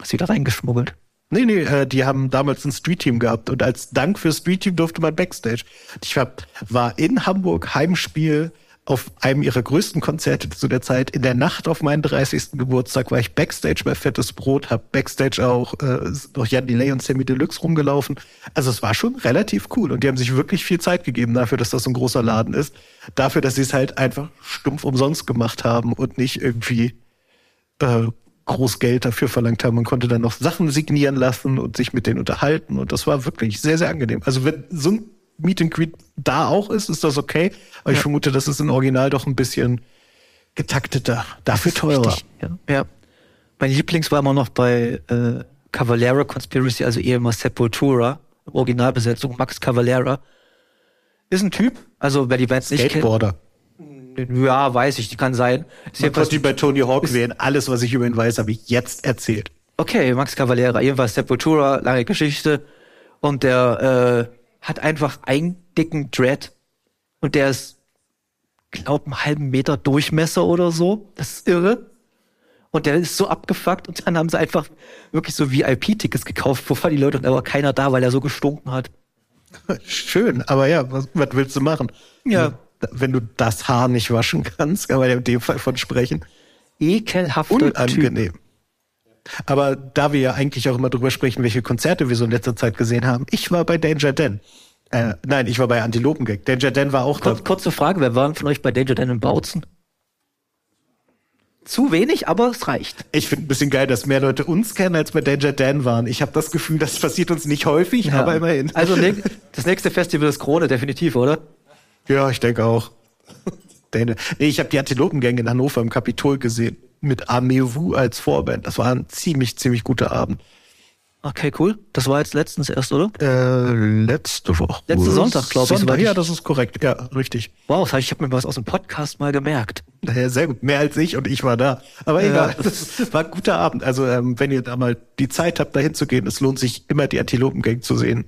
Hast wieder reingeschmuggelt. Nee, nee, äh, die haben damals ein Street-Team gehabt und als Dank fürs Street-Team durfte man Backstage. Ich hab, war in Hamburg Heimspiel auf einem ihrer größten Konzerte zu der Zeit. In der Nacht auf meinen 30. Geburtstag war ich Backstage bei Fettes Brot, hab Backstage auch äh, durch Jan Delay und Sammy Deluxe rumgelaufen. Also es war schon relativ cool und die haben sich wirklich viel Zeit gegeben dafür, dass das so ein großer Laden ist. Dafür, dass sie es halt einfach stumpf umsonst gemacht haben und nicht irgendwie äh, groß Geld dafür verlangt haben. Man konnte dann noch Sachen signieren lassen und sich mit denen unterhalten. Und das war wirklich sehr, sehr angenehm. Also wenn so ein Meet and Greet da auch ist, ist das okay. Aber ich vermute, das ist im Original doch ein bisschen getakteter, dafür teurer. Richtig, Ja. ja. Mein Lieblings war immer noch bei äh, Cavalera Conspiracy, also ehemals Sepultura, Originalbesetzung, Max Cavalera. Ist ein Typ, also wer die Bands nicht Skateboarder. kennt. Ja, weiß ich, die kann sein. Ist Man jedenfalls- konnte ihn bei Tony Hawk sehen. Alles, was ich über ihn weiß, habe ich jetzt erzählt. Okay, Max Cavalera, jedenfalls Sepultura, lange Geschichte. Und der äh, hat einfach einen dicken Dread. Und der ist, glaub, einen halben Meter Durchmesser oder so. Das ist irre. Und der ist so abgefuckt. Und dann haben sie einfach wirklich so VIP-Tickets gekauft. Wovon die Leute, und da war keiner da, weil er so gestunken hat. Schön, aber ja, was, was willst du machen? Ja. Wenn du das Haar nicht waschen kannst, kann man ja in dem Fall von sprechen. Ekelhafter Typ. unangenehm. Aber da wir ja eigentlich auch immer drüber sprechen, welche Konzerte wir so in letzter Zeit gesehen haben, ich war bei Danger Dan. Äh, nein, ich war bei Antilopen Gag. Danger Dan war auch da. Kur kurze Frage, wer waren von euch bei Danger Dan in Bautzen? Zu wenig, aber es reicht. Ich finde ein bisschen geil, dass mehr Leute uns kennen, als bei Danger Dan waren. Ich habe das Gefühl, das passiert uns nicht häufig, Ja. aber immerhin. Also ne das nächste Festival ist Krone, definitiv, oder? Ja, ich denke auch. Däne. Nee, ich habe die Antilopengang in Hannover im Kapitol gesehen. Mit Amewu als Vorband. Das war ein ziemlich, ziemlich guter Abend. Okay, cool. Das war jetzt letztens erst, oder? Äh, letzte Woche. Letzten Sonntag, glaub ich, Sonntag, soweit ja, ich- das ist korrekt. Ja, richtig. Wow, das hab ich, ich habe mir was aus dem Podcast mal gemerkt. Daher sehr gut. Mehr als ich und ich war da. Aber Ja. egal, das war ein guter Abend. Also ähm, wenn ihr da mal die Zeit habt, da hinzugehen, es lohnt sich immer, die Antilopengang zu sehen.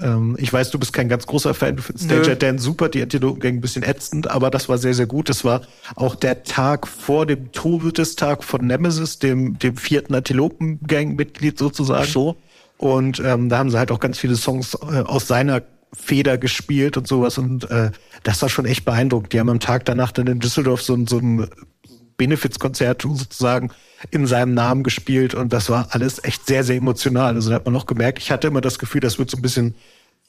Ähm, ich weiß, du bist kein ganz großer Fan. Du findest Nö. Danger Dan super, die Antilopengang ein bisschen ätzend, aber das war sehr, sehr gut. Das war auch der Tag vor dem Todestag von Nemesis, dem, dem vierten Antilopengang-Mitglied sozusagen. Ach so. Und ähm, da haben sie halt auch ganz viele Songs äh, aus seiner Feder gespielt und sowas. Und äh, das war schon echt beeindruckend. Die haben am Tag danach dann in Düsseldorf so, ein- so ein Benefizkonzert sozusagen in seinem Namen gespielt. Und das war alles echt sehr, sehr emotional. Also da hat man noch gemerkt, ich hatte immer das Gefühl, das wird so ein bisschen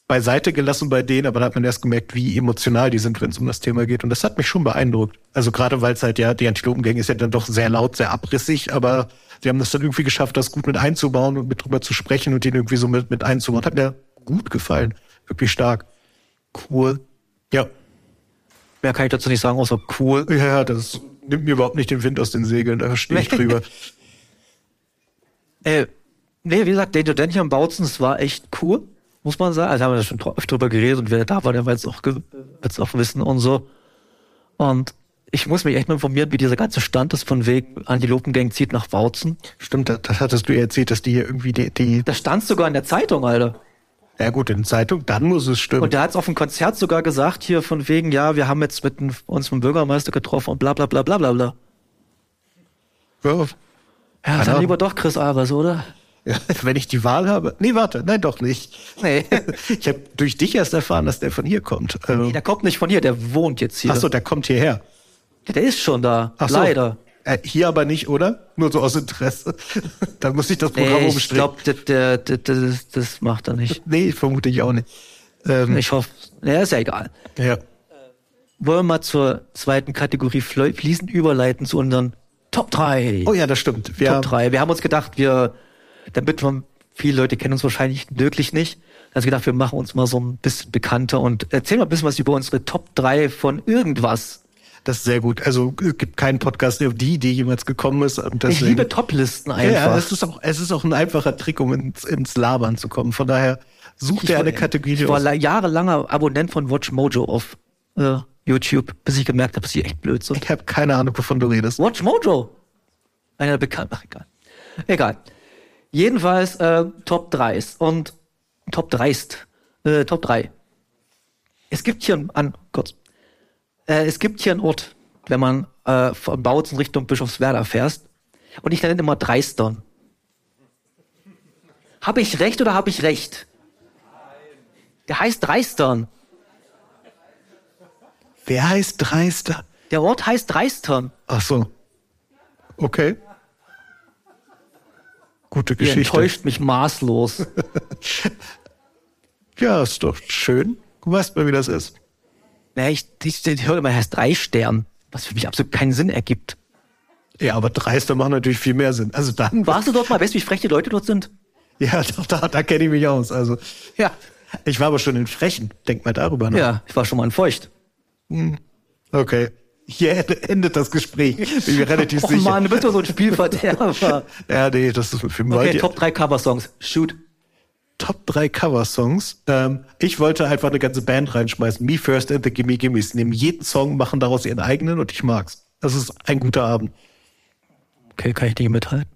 beiseite gelassen bei denen, aber da hat man erst gemerkt, wie emotional die sind, wenn es um das Thema geht. Und das hat mich schon beeindruckt. Also gerade weil es halt ja, die Antilopengang ist ja dann doch sehr laut, sehr abrissig, aber sie haben das dann irgendwie geschafft, das gut mit einzubauen und mit drüber zu sprechen und den irgendwie so mit, mit einzubauen. Hat mir gut gefallen. Wirklich stark. Cool. Ja. Mehr kann ich dazu nicht sagen, außer cool. Ja, ja, das nimmt mir überhaupt nicht den Wind aus den Segeln, da stehe ich drüber. Äh, nee, wie gesagt, Danger Danger am Bautzen, das war echt cool, muss man sagen. Also haben wir da schon dr- öfter drüber geredet und wer da war, der wird es auch, ge- wird's auch wissen und so. Und ich muss mich echt mal informieren, wie dieser ganze Stand ist, von wegen Antilopengang zieht nach Bautzen. Stimmt, das, das hattest du ja erzählt, dass die hier irgendwie die, die, Da stand sogar in der Zeitung, Alter. ja gut, in Zeitung, dann muss es stimmen. Und der hat es auf dem Konzert sogar gesagt, hier von wegen, ja, wir haben jetzt mit dem- uns mit dem Bürgermeister getroffen und bla bla bla bla bla bla. ja, Ja, Ahnung. dann lieber doch Chris Albers, oder? Ja, wenn ich die Wahl habe. Nee, warte, nein, doch nicht. Nee. Ich habe durch dich erst erfahren, dass der von hier kommt. Also, Der kommt nicht von hier, der wohnt jetzt hier. ach so, der kommt hierher. Der ist schon da, Ach so. leider. Äh, hier aber nicht, oder? Nur so aus Interesse. Dann muss ich das Programm Nee, ich umstellen. glaube, das, das, das macht er nicht. Nee, vermute ich auch nicht. Ähm, Ich hoffe, naja, ist ja egal. ja. Wollen wir mal zur zweiten Kategorie flö- fließend überleiten zu unseren Top 3. Oh ja, das stimmt. Wir Top haben, 3. Wir haben uns gedacht, wir, damit man, viele Leute kennen uns wahrscheinlich wirklich nicht, also gedacht, wir machen uns mal so ein bisschen bekannter und erzählen mal ein bisschen was über unsere Top 3 von irgendwas. das ist sehr gut. Also es gibt keinen Podcast auf die, die jemals gekommen ist. Und Ich deswegen, liebe Toplisten Ja, ja, einfach. es ist, auch, es ist auch ein einfacher Trick, um ins, ins Labern zu kommen. Von daher such dir eine Kategorie Ich war la- jahrelanger Abonnent von Watch Mojo auf äh, YouTube, bis ich gemerkt habe, dass die echt blöd sind. Ich habe keine Ahnung, wovon du redest. Watch Mojo. Einer der bekannten. Ach, egal. Egal. Jedenfalls äh, Top 3 und Top 3 ist. Äh, Top 3. Es gibt hier ein- an kurz. Äh, es gibt hier einen Ort, wenn man äh, von Bautzen Richtung Bischofswerda fährst. Und ich nenne ihn immer Dreistern. Habe ich recht oder habe ich recht? Der heißt Dreistern. Wer heißt Dreister? Der Ort heißt Dreistern. Ach so. Okay. Gute Ihr Geschichte. enttäuscht mich maßlos. Ja, ist doch schön. Du weißt mal, wie das ist. Naja, ich, ich, ich höre immer, er heißt drei Stern, was für mich absolut keinen Sinn ergibt. Ja, aber Dreister machen natürlich viel mehr Sinn. Also dann, Warst du dort mal, weißt du, wie frech die Leute dort sind? ja, doch, da, da kenne ich mich aus. Also, Ja. ich war aber schon in Frechen. Denk mal darüber nach. Ja, ich war schon mal in Feucht. Okay. Hier endet das Gespräch. Bin mir relativ Och sicher. Oh Mann, du bist doch so ein Spielverderber. Ja, nee, das ist für Okay, okay, Top 3 Cover-Songs. Shoot. Top 3 Cover-Songs. Ähm, ich wollte einfach eine ganze Band reinschmeißen. Me First and the Gimme Gimmes. Nehmen jeden Song, machen daraus ihren eigenen und ich mag's. Das ist ein guter Abend. Okay, kann ich nicht mithalten.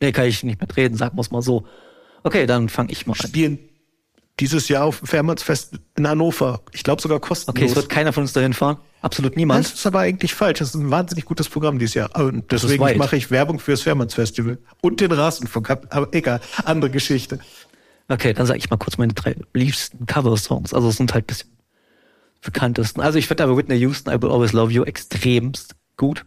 Nee, kann ich nicht mitreden, sagen wir es mal so. Okay, dann fange ich mal an. Spielen dieses Jahr auf dem Fährmannsfest in Hannover. Ich glaube sogar kostenlos. Okay, es wird keiner von uns dahin fahren. Absolut das niemand. ist aber eigentlich falsch. Das ist ein wahnsinnig gutes Programm dieses Jahr. Und ist deswegen weit. mache ich Werbung fürs Fährmannsfestival und den Rasenfunk. Hab- Aber egal, andere Geschichte. Okay, dann sage ich mal kurz meine drei liebsten Cover-Songs. Also es sind halt ein bisschen bekanntesten. Also ich finde aber Whitney Houston, I Will Always Love You, extremst gut.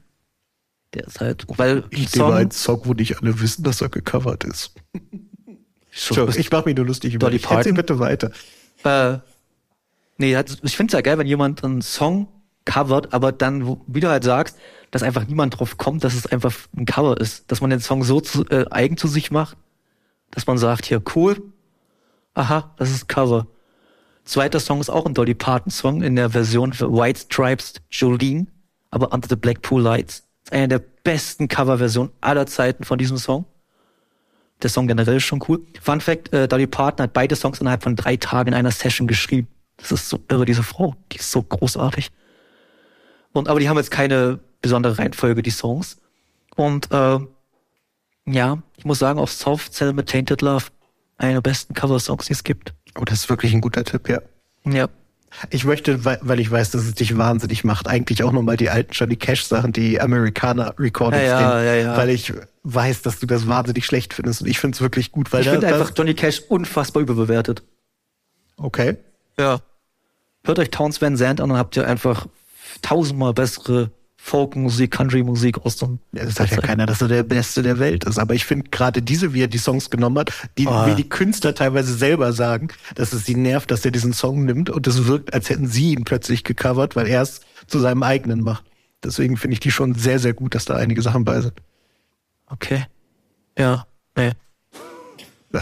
Der ist halt, weil ein Ich nehme einen Song, wo nicht alle wissen, dass er gecovert ist. Schon, Entschuldigung, ich mache mich nur lustig über Dolly dich. Parton? Erzähl bitte weiter. äh, nee, hat- ich finde es ja geil, wenn jemand einen Song covert, aber dann, wo- wie du halt sagst, dass einfach niemand drauf kommt, dass es einfach ein Cover ist. Dass man den Song so zu, äh, eigen zu sich macht, dass man sagt, hier, cool, aha, das ist Cover. Zweiter Song ist auch ein Dolly Parton-Song in der Version für White Stripes Jolene, aber Under the Blackpool Lights. Ist eine der besten Coverversionen aller Zeiten von diesem Song. Der Song generell ist schon cool. Fun Fact, äh, Dolly Parton hat beide Songs innerhalb von drei Tagen in einer Session geschrieben. Das ist so irre, diese Frau. Die ist so großartig. Und aber die haben jetzt keine besondere Reihenfolge, die Songs. Und äh, ja, ich muss sagen, auf Soft Cell mit Tainted Love, einer der besten Cover-Songs, die es gibt. Oh, das ist wirklich ein guter Tipp, ja. Ja. Ich möchte, weil, weil ich weiß, dass es dich wahnsinnig macht, eigentlich auch nochmal die alten Johnny Cash-Sachen, die Americana Recordings, Ja, ja, nehmen, ja, ja. weil ich weiß, dass du das wahnsinnig schlecht findest und ich finde es wirklich gut, weil Ich da, finde das, einfach Johnny Cash unfassbar überbewertet. okay, Ja. Hört euch Towns Van Zandt an, dann habt ihr einfach tausendmal bessere Folkmusik, Country-Musik aus dem. Ja, das sagt ja keiner, dass er der Beste der Welt ist. Aber ich finde gerade diese, wie er die Songs genommen hat, die, Ah. wie die Künstler teilweise selber sagen, dass es sie nervt, dass er diesen Song nimmt und es wirkt, als hätten sie ihn plötzlich gecovert, weil er es zu seinem eigenen macht. Deswegen finde ich die schon sehr, sehr gut, dass da einige Sachen bei sind. Okay. Ja. Nee.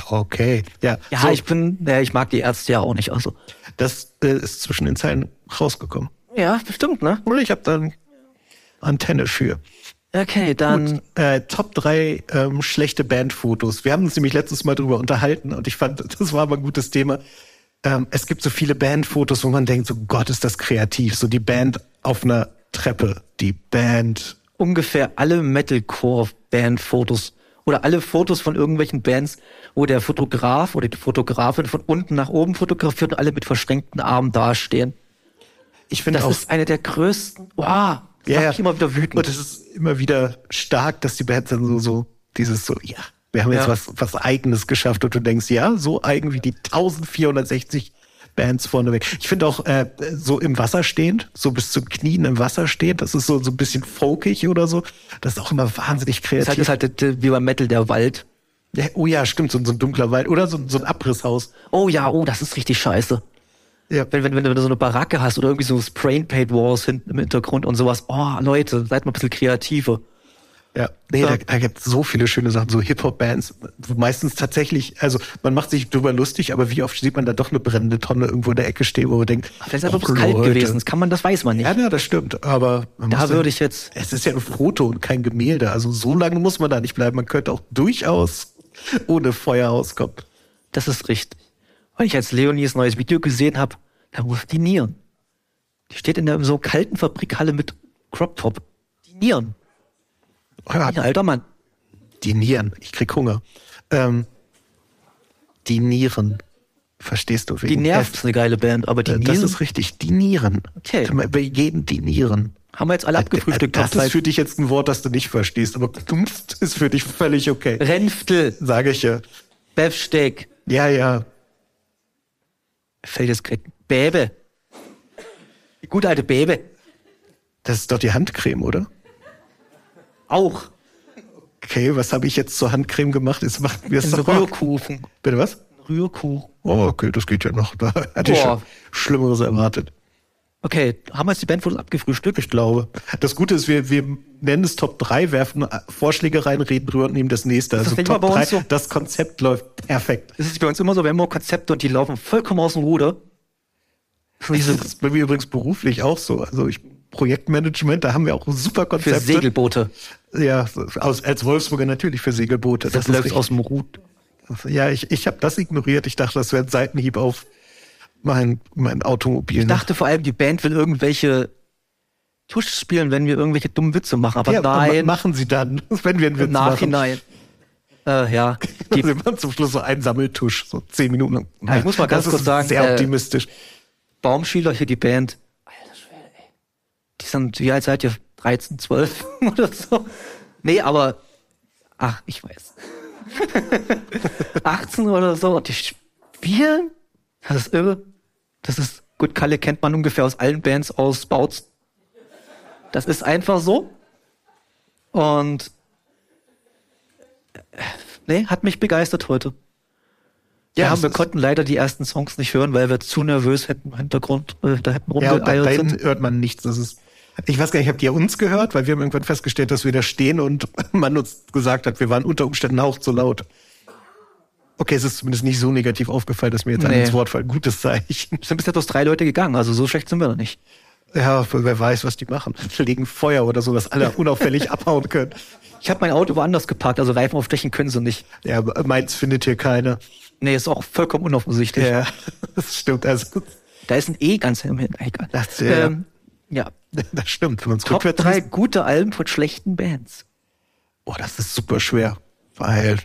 Okay, ja. Ja, so, ich bin, nee, ich mag die Ärzte ja auch nicht. Also. das äh, ist zwischen den Zeilen rausgekommen. Ja, bestimmt, ne? Und ich habe da eine Antenne für. Okay, dann. äh, Top 3 ähm, schlechte Bandfotos. Wir haben uns nämlich letztes Mal drüber unterhalten und ich fand, das war aber ein gutes Thema. Ähm, es gibt so viele Bandfotos, wo man denkt, so Gott, ist das kreativ. So die Band auf einer Treppe. Die Band. ungefähr alle Metalcore-Band-Fotos oder alle Fotos von irgendwelchen Bands, wo der Fotograf oder die Fotografin von unten nach oben fotografiert und alle mit verschränkten Armen dastehen. Ich finde Das auch. ist eine der größten. Wow, das macht mich immer wieder Und wütend. es ist immer wieder stark, dass die Bands dann so, so dieses so, ja, wir haben jetzt Ja. was, was Eigenes geschafft und du denkst, ja, so eigen wie die 1460 Bands vorneweg. Ich finde auch äh, so im Wasser stehend, so bis zum Knien im Wasser stehend, das ist so, so ein bisschen folkig oder so. Das ist auch immer wahnsinnig kreativ. Das ist halt, das ist halt äh, wie beim Metal der Wald. ja, oh ja, stimmt, so, so ein dunkler Wald oder so, so ein Abrisshaus. Oh ja, oh, das ist richtig scheiße. Ja. Wenn, wenn, wenn du so eine Baracke hast oder irgendwie so Sprain-Paint Walls hinten im Hintergrund und sowas. Oh, Leute, seid mal ein bisschen kreativer. Ja, nee, Ja. da, da gibt es so viele schöne Sachen, so Hip-Hop-Bands, wo meistens tatsächlich, also man macht sich drüber lustig, aber wie oft sieht man da doch eine brennende Tonne irgendwo in der Ecke stehen, wo man denkt, Vielleicht ist es "Och, einfach kalt Leute." gewesen. Das kann man, das weiß man nicht. Ja, ja, das stimmt, aber man da muss würde ja, ich jetzt es ist ja ein Foto und kein Gemälde, also so lange muss man da nicht bleiben, man könnte auch durchaus ohne Feuer auskommen. Das ist richtig. Weil ich als Leonies neues Video gesehen habe, da ruft die Nieren. Die steht in der so kalten Fabrikhalle mit Crop Top. Die Nieren. Ja, Ein alter Mann. die Nieren, ich krieg Hunger. Ähm, die Nieren, verstehst du? Die wegen Nervt S. ist eine geile Band, aber die Äh, Das Nieren ist richtig, die Nieren. Okay. Bei jedem die Nieren. haben wir jetzt alle abgefrühstückt. Äh, Das Top ist drei. für dich jetzt ein Wort, das du nicht verstehst, aber Knupft ist für dich völlig okay. Renftel, Sage ich ja. Befsteak, Ja, ja. fällt jetzt gerade Bäbe. Die gute alte Bäbe. Das ist doch die Handcreme, oder? Auch. Okay, was habe ich jetzt zur Handcreme gemacht? Jetzt macht mir das Ein doch Bock. Rührkuchen. Bitte was? Rührkuchen. Oh, okay, das geht ja noch. Da hatte ich schon Boah. Schlimmeres erwartet. Okay, haben wir jetzt die Bandfotos abgefrühstückt? Ich glaube. Das Gute ist, wir, wir nennen es Top 3, werfen äh, Vorschläge rein, reden drüber und nehmen das nächste. Also fängt Top mal bei 3, uns so- das Konzept läuft perfekt. Es ist bei uns immer so, wir haben immer Konzepte und die laufen vollkommen aus dem Ruder. Das ist Das so ist bei mir übrigens beruflich auch so. Also ich Projektmanagement, da haben wir auch super für Konzepte. Segelboote. Ja, aus, als Wolfsburger natürlich für Segelboote. Das, ist läuft richtig. aus dem Rut. Ja, ich, ich habe das ignoriert. Ich dachte, das wäre ein Seitenhieb auf mein, mein Automobil. Ich dachte vor allem, die Band will irgendwelche Tusch spielen, wenn wir irgendwelche dummen Witze machen. Aber ja, ma- nein, machen sie dann, wenn wir einen Witz im Nachhinein. Äh, ja, machen. die Sie machen zum Schluss so einen Sammeltusch, so zehn Minuten lang. Ja, ich muss mal ganz das kurz ist sagen, Sehr äh, optimistisch. Baumschüler hier, die Band. Alter Schwede, ey. Die sind, wie alt seid ihr? 13, 12 oder so? Nee, aber, ach, ich weiß. 18 oder so. Und die spielen? Das ist irre. Das ist, gut, Kalle kennt man ungefähr aus allen Bands aus Bautzen. Das ist einfach so. Und, äh, nee, hat mich begeistert heute. Ja, es wir ist- konnten leider die ersten Songs nicht hören, weil wir zu nervös hätten im Hintergrund, äh, da hätten ja, und da rumgeeiert hinten sind. hört man nichts. Das ist, ich weiß gar nicht, habt ihr uns gehört? Weil wir haben irgendwann festgestellt, dass wir da stehen und man uns gesagt hat, wir waren unter Umständen auch zu laut. Okay, es ist zumindest nicht so negativ aufgefallen, dass mir jetzt Nee. ein ins Wort fällt. Gutes Zeichen. Es sind bis jetzt bloß drei Leute gegangen, also so schlecht sind wir noch nicht. Ja, wer weiß, was die machen. Legen Feuer oder so, dass alle unauffällig abhauen können. Ich habe mein Auto woanders geparkt, also Reifen aufstechen können sie nicht. Ja, meins findet hier keiner. Nee, ist auch vollkommen unaufsichtlich. Ja, das stimmt. Also, Da ist ein E ganz im Hin- egal. Das, ja. Ähm, ja. das stimmt. Wenn man's Top rückwärts drei liest- gute Alben von schlechten Bands. Oh, das ist super schwer. Weil,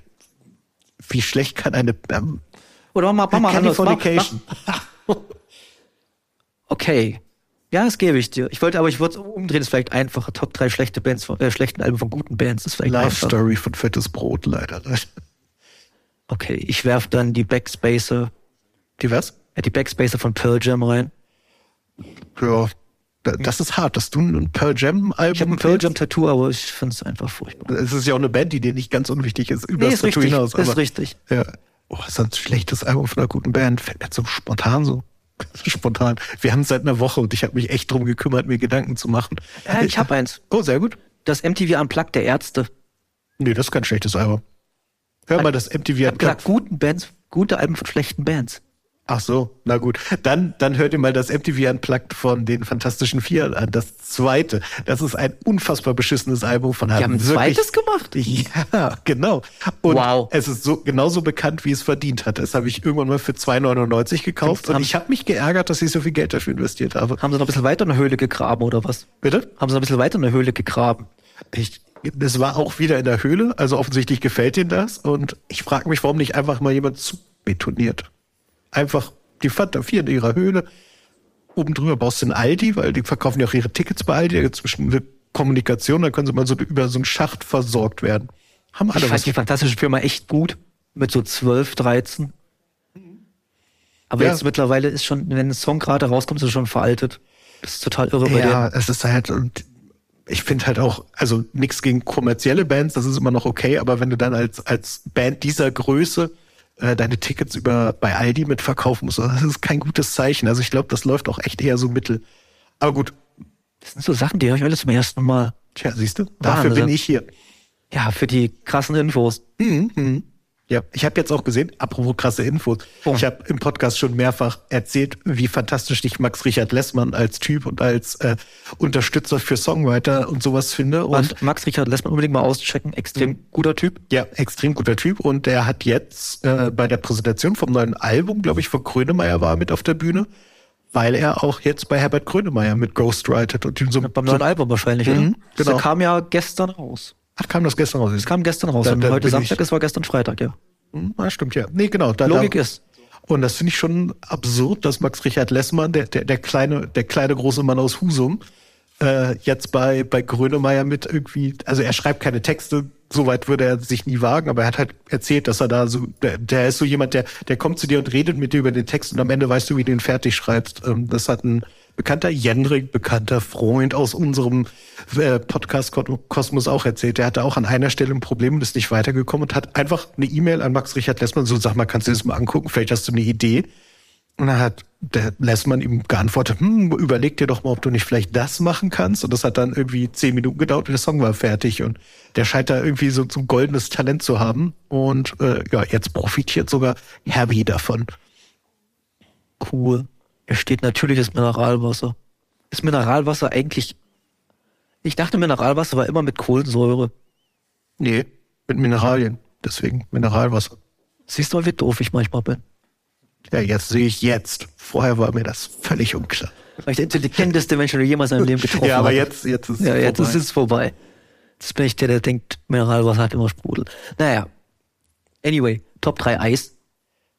wie schlecht kann eine, ähm, Oder mach mal, mach mal anders. Mach, mach, Californication. okay. Ja, das gebe ich dir. Ich wollte aber, ich würde es umdrehen, ist vielleicht einfacher. Top drei schlechte Bands, von, äh, schlechten Alben von guten Bands ist vielleicht Life einfacher. Story von Fettes Brot, leider. Okay, ich werf dann die Backspacer Die was? Er hat die Backspacer von Pearl Jam rein. Ja, da- das ist hart, dass du ein Pearl Jam Album Ich habe ein Pearl willst. Jam Tattoo, aber ich finde es einfach furchtbar. Es ist ja auch eine Band, die dir nicht ganz unwichtig ist. Über Nee, das ist Tattoo richtig, hinaus. ist aber- richtig. Ja. Oh, ist das ein schlechtes Album von einer guten Band. Fällt mir jetzt so spontan so. Spontan. Wir haben es seit einer Woche und ich habe mich echt drum gekümmert, mir Gedanken zu machen. Ja, ich hab eins. Oh, sehr gut. Das MTV Unplugged der Ärzte. Nee, das ist kein schlechtes Album. Hör mal, das MTV Ich hab gesagt, guten Bands, gute Alben von schlechten Bands. Ach so, na gut. Dann, dann hört ihr mal das MTV Unplugged von den Fantastischen Vier an. Das zweite. Das ist ein unfassbar beschissenes Album von Die haben ein zweites gemacht? Ja, genau. Und Wow. es ist so, genauso bekannt, wie es verdient hat. Das habe ich irgendwann mal für 2,99 gekauft. Und Haben- ich habe mich geärgert, dass ich so viel Geld dafür investiert habe. Haben sie noch ein bisschen weiter in der Höhle gegraben oder was? Bitte? Haben sie noch ein bisschen weiter in der Höhle gegraben? Ich, das war auch wieder in der Höhle. Also offensichtlich gefällt ihnen das. Und ich frage mich, warum nicht einfach mal jemand zu betoniert. Einfach, die fand da vier in ihrer Höhle. Oben drüber baust du einen Aldi, weil die verkaufen ja auch ihre Tickets bei Aldi. Da gibt's bestimmt eine Kommunikation, da können sie mal so über so einen Schacht versorgt werden. Haben alle Ich was. fand die fantastische Firma echt gut. Mit so 12, 13. Aber Ja. jetzt mittlerweile ist schon, wenn ein Song gerade rauskommt, ist er schon veraltet. Das ist total irre bei Ja, denen. es ist halt, und ich finde halt auch, also nichts gegen kommerzielle Bands, das ist immer noch okay, aber wenn du dann als, als Band dieser Größe äh, deine Tickets über bei Aldi mitverkaufen musst, das ist kein gutes Zeichen. Also ich glaube, das läuft auch echt eher so mittel. Aber gut, Das sind so Sachen, die höre ich alles zum ersten Mal. tja, siehst du, dafür Wahnsinn. bin ich hier. Ja, für die krassen Infos. Ja, ich habe jetzt auch gesehen, apropos krasse Infos, Oh. ich habe im Podcast schon mehrfach erzählt, wie fantastisch ich Max Richard Lessmann als Typ und als äh, Unterstützer für Songwriter und sowas finde. Und Und Max Richard lässt man unbedingt mal auschecken. Extrem Mhm. guter Typ. Ja, extrem guter Typ und der hat jetzt äh, bei der Präsentation vom neuen Album, glaube ich, von Grönemeyer war er mit auf der Bühne, weil er auch jetzt bei Herbert Grönemeyer mit ghostwritet und ihm so, Beim so neuen Album wahrscheinlich, Mhm, oder? Das genau. kam ja gestern raus. ach kam das gestern raus. Es kam gestern raus. Da- und da bin heute ich- Samstag, es war gestern Freitag, ja. Hm, Ah, stimmt ja. Nee, genau, da, Logik da, ist. Und das finde ich schon absurd, dass Max Richard Lessmann, der der, der kleine der kleine große Mann aus Husum, äh, jetzt bei bei Grönemeyer mit irgendwie, also er schreibt keine Texte, soweit würde er sich nie wagen, aber er hat halt erzählt, dass er da so, der, der ist so jemand, der der kommt zu dir und redet mit dir über den Text und am Ende weißt du, wie du ihn fertig schreibst. Ähm, das hat ein bekannter Jendrik, bekannter Freund aus unserem äh, Podcast Ko- Kosmos auch erzählt. Der hatte auch an einer Stelle ein Problem und ist nicht weitergekommen und hat einfach eine E-Mail an Max Richard Lessmann so, sag mal, kannst du das mal angucken? Vielleicht hast du eine Idee. Und dann hat der Lessmann ihm geantwortet, hm, überleg dir doch mal, ob du nicht vielleicht das machen kannst. Und das hat dann irgendwie zehn Minuten gedauert und der Song war fertig. Und der scheint da irgendwie so, so ein goldenes Talent zu haben. Und äh, ja, jetzt profitiert sogar Herbie davon. Cool. Es steht natürliches Mineralwasser. Ist Mineralwasser eigentlich. Ich dachte, Mineralwasser war immer mit Kohlensäure. Nee, mit Mineralien. Deswegen Mineralwasser. Siehst du mal, wie doof ich manchmal bin. Ja, jetzt sehe ich jetzt. Vorher war mir das völlig unklar. Weil ich der intelligenteste Mensch, den du jemals in deinem Leben getroffen Ja, aber hatte. jetzt, jetzt ist es Ja, jetzt vorbei. ist es vorbei. Jetzt bin ich der, der denkt, Mineralwasser hat immer Sprudel. Naja. Anyway, Top 3 Eis.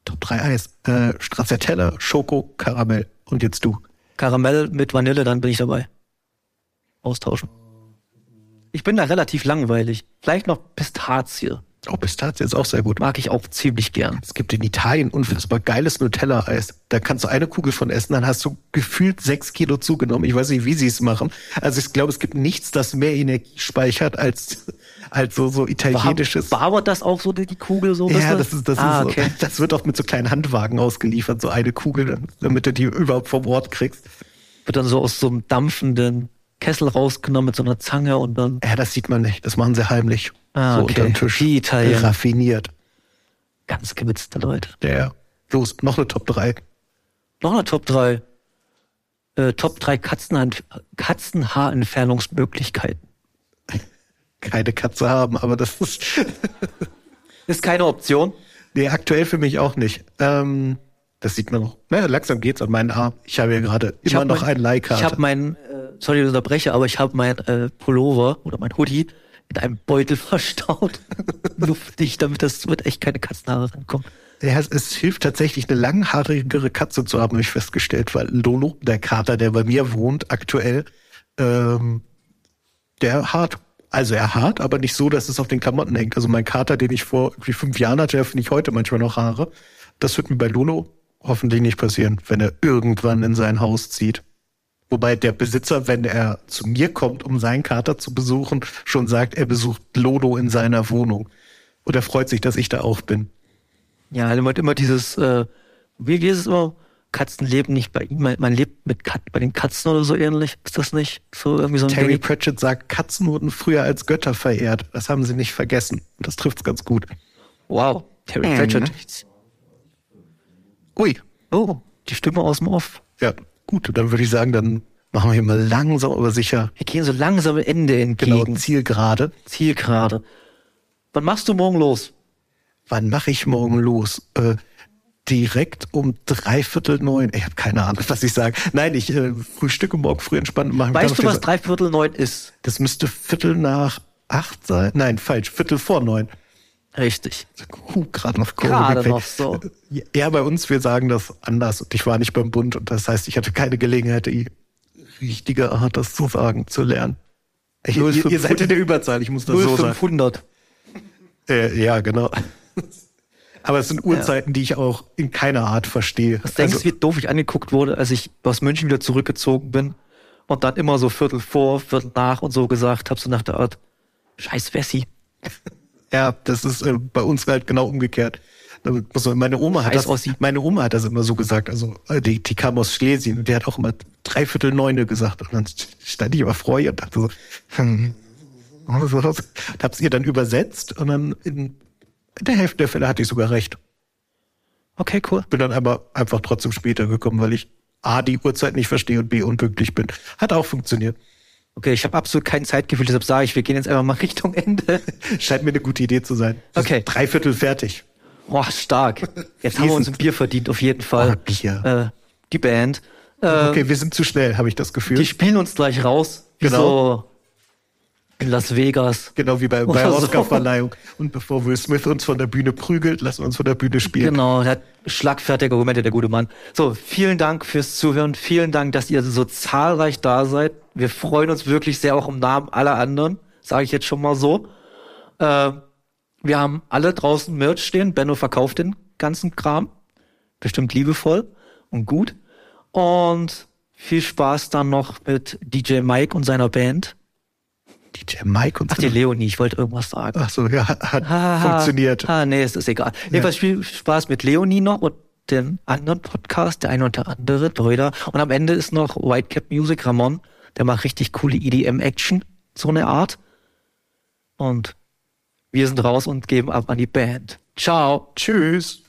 Top 3 Eis. Äh, Stracciatella, Schoko, Karamell. Und jetzt du. Karamell mit Vanille, dann bin ich dabei. Austauschen. Ich bin da relativ langweilig. Vielleicht noch Pistazie. Oh, Pistazie ist auch sehr gut. Mag ich auch ziemlich gern. Es gibt in Italien unfassbar geiles Nutella-Eis. Da kannst du eine Kugel von essen, dann hast du gefühlt sechs Kilo zugenommen. Ich weiß nicht, wie sie es machen. Also ich glaube, es gibt nichts, das mehr Energie speichert als, als so, so italienisches. Barbert das auch so die die Kugel so? Ja, bisschen? das ist, das ah, ist okay. so, das wird auch mit so kleinen Handwagen ausgeliefert, so eine Kugel, damit du die überhaupt vom Ort kriegst. Wird dann so aus so einem dampfenden Kessel rausgenommen mit so einer Zange und dann. Ja, das sieht man nicht. Das machen sie heimlich. Ah, so okay. unterm Tisch. Die Italiener. Raffiniert. Ganz gewitzte Leute. Ja, ja. Los, noch eine Top 3. Noch eine Top 3. Äh, Top 3 Katzenhand Katzenhaarentfernungsmöglichkeiten. Keine Katze haben, aber das ist, Ist keine Option. Nee, aktuell für mich auch nicht. Ähm, das sieht man noch. Naja, langsam geht's an meinen Arm. Ich habe ja gerade immer hab noch mein- ein Like. Ich habe meinen, äh, sorry, ich unterbreche, aber ich habe mein äh, Pullover oder mein Hoodie in einem Beutel verstaut. Luftig, damit das wird echt keine Katzenhaare rankommen. ja, es, es hilft tatsächlich, eine langhaarigere Katze zu haben, habe ich festgestellt, weil Lolo, der Kater, der bei mir wohnt aktuell, ähm, der hart. Also er hart, aber nicht so, dass es auf den Klamotten hängt. Also mein Kater, den ich vor irgendwie fünf Jahren hatte, der finde ich heute manchmal noch Haare. Das wird mir bei Lolo hoffentlich nicht passieren, wenn er irgendwann in sein Haus zieht. Wobei der Besitzer, wenn er zu mir kommt, um seinen Kater zu besuchen, schon sagt, er besucht Lodo in seiner Wohnung. Und er freut sich, dass ich da auch bin. Ja, dann wird immer dieses, äh, wie wie ist es immer? Katzen leben nicht bei ihm, man, man lebt mit Kat bei den Katzen oder so ähnlich. Ist das nicht so irgendwie so ein Terry Ding? Pratchett sagt, Katzen wurden früher als Götter verehrt. Das haben sie nicht vergessen. Und das trifft's ganz gut. Wow, Terry Ähm. Pratchett. Ui, Oh, die Stimme aus dem Off. ja, gut. Dann würde ich sagen, dann machen wir hier mal langsam, aber sicher Wir gehen so langsam dem Ende entgegen. genau Zielgerade. Ziel gerade. Wann machst du morgen los? Wann mache ich morgen los? Äh, direkt um dreiviertel neun. Ich habe keine Ahnung, was ich sage. Nein, ich äh, frühstücke morgen früh entspannt. und mache mir Weißt du, dann auf was die- Dreiviertel neun ist? Das müsste Viertel nach acht sein. Nein, falsch. Viertel vor neun. Richtig. Huh, gerade noch Kurve Gerade gekriegt. noch so. Ja, bei uns, wir sagen das anders. Und ich war nicht beim Bund. Und das heißt, ich hatte keine Gelegenheit, die richtige Art, das zu sagen, zu lernen. Ich, ihr, ihr seid in der Überzahl, ich muss das so sagen. 0500. Äh, ja, genau. Aber es sind Uhrzeiten, die ich auch in keiner Art verstehe. Was denkst du, Also, wie doof ich angeguckt wurde, als ich aus München wieder zurückgezogen bin und dann immer so Viertel vor, Viertel nach und so gesagt habe, so nach der Art, scheiß Wessi, ja, das ist äh, bei uns halt genau umgekehrt. Damit muss man- Meine Oma, hat Scheiß das, Ossi. meine Oma hat das immer so gesagt. Also äh, die, die kam aus Schlesien und die hat auch immer dreiviertel neune gesagt. Und dann stand ich immer freu und dachte so, hm, was ist das? Und hab's ihr dann übersetzt und dann in, in der Hälfte der Fälle hatte ich sogar recht. Okay, cool. Bin dann aber einfach trotzdem später gekommen, weil ich A, die Uhrzeit nicht verstehe und B, unpünktlich bin. Hat auch funktioniert. Okay, ich habe absolut kein Zeitgefühl, deshalb sage ich, wir gehen jetzt einfach mal Richtung Ende. Scheint mir eine gute Idee zu sein. Okay. Dreiviertel fertig. Boah, stark. Jetzt haben wir uns ein Bier verdient, auf jeden Fall. Oh, Bier. Äh, die Band. Äh, Okay, wir sind zu schnell, habe ich das Gefühl. Die spielen uns gleich raus. Wie Genau. So in Las Vegas. genau wie bei, bei Oder so. Oscarverleihung. Und bevor Will Smith uns von der Bühne prügelt, lassen wir uns von der Bühne spielen. Genau, der hat schlagfertige Argumente, der gute Mann. So, vielen Dank fürs Zuhören. Vielen Dank, dass ihr so zahlreich da seid. Wir freuen uns wirklich sehr auch im Namen aller anderen, sage ich jetzt schon mal so. Äh, wir haben alle draußen Merch stehen. Benno verkauft den ganzen Kram. Bestimmt liebevoll und gut. Und viel Spaß dann noch mit DJ Mike und seiner Band. DJ Mike und Ach, die Leonie, ich wollte irgendwas sagen. Ach so, ja, hat Ah, funktioniert. Ah, nee, es ist egal. Jedenfalls viel Spaß mit Leonie noch und dem anderen Podcast, der eine und der andere, Deuter. Und am Ende ist noch Whitecap Music Ramon, der macht richtig coole EDM-Action, so eine Art. Und wir sind raus und geben ab an die Band. Ciao. Tschüss.